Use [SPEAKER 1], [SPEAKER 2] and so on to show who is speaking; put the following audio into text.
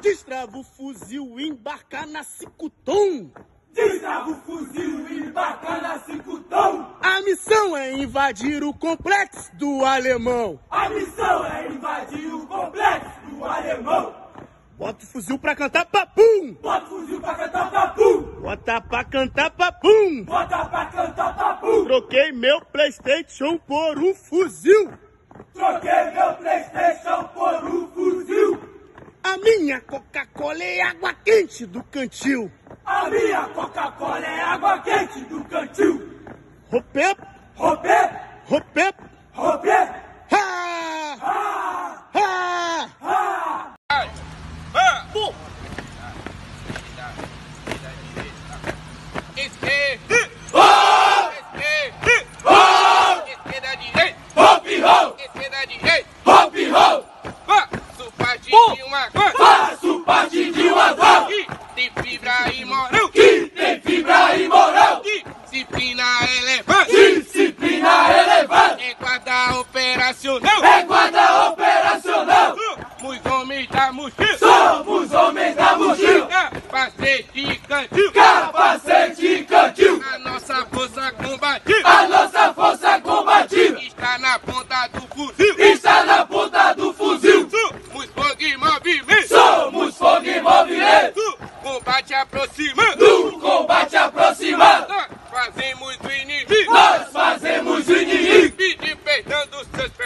[SPEAKER 1] Desaba o fuzil, embarcar na Cicutum.
[SPEAKER 2] Desaba o fuzil, embarcar na Cicutum.
[SPEAKER 1] A missão é invadir o complexo do alemão.
[SPEAKER 2] A missão é invadir o complexo do alemão.
[SPEAKER 1] Bota o fuzil pra cantar papum.
[SPEAKER 2] Bota o fuzil pra cantar papum.
[SPEAKER 1] Bota pra cantar papum.
[SPEAKER 2] Bota pra cantar papum.
[SPEAKER 1] Troquei meu Playstation por um fuzil.
[SPEAKER 2] Troquei meu Playstation por um fuzil.
[SPEAKER 1] A minha Coca-Cola é água quente do cantil.
[SPEAKER 2] A minha Coca-Cola é água quente do cantil.
[SPEAKER 1] Roupé,
[SPEAKER 2] roupé,
[SPEAKER 1] roupé,
[SPEAKER 2] roupé.
[SPEAKER 1] Ha!
[SPEAKER 2] Ah,
[SPEAKER 1] Ha!
[SPEAKER 2] ah.
[SPEAKER 1] Pum!
[SPEAKER 3] Esquerda,
[SPEAKER 2] Oh,
[SPEAKER 3] esquerda,
[SPEAKER 2] oh,
[SPEAKER 3] esquerda, direita,
[SPEAKER 2] hop, hop,
[SPEAKER 3] esquerda, direita.
[SPEAKER 2] hop, hop.
[SPEAKER 3] Faço parte de uma coisa
[SPEAKER 2] Faço parte de uma tropa
[SPEAKER 3] que tem fibra e moral,
[SPEAKER 2] que tem fibra e moral.
[SPEAKER 3] disciplina elevante,
[SPEAKER 2] Disciplina relevante
[SPEAKER 3] é guarda operacional.
[SPEAKER 2] é guarda operacional.
[SPEAKER 3] Somos homens da mochila,
[SPEAKER 2] Somos homens da mochila.
[SPEAKER 3] capacete de cantil.
[SPEAKER 2] Capacete e cantil.
[SPEAKER 3] A nossa força combativa
[SPEAKER 2] A nossa força combativa
[SPEAKER 3] está na ponta do fuzil.
[SPEAKER 2] está na ponta do fuzil.
[SPEAKER 3] Somos fogo em movimento,
[SPEAKER 2] Somos fogo em movimento.
[SPEAKER 3] combate aproximando.
[SPEAKER 2] No combate aproximado,
[SPEAKER 3] Nós fazemos o inimigo.
[SPEAKER 2] nós fazemos o inimigo.
[SPEAKER 3] Pedir perdão dos seus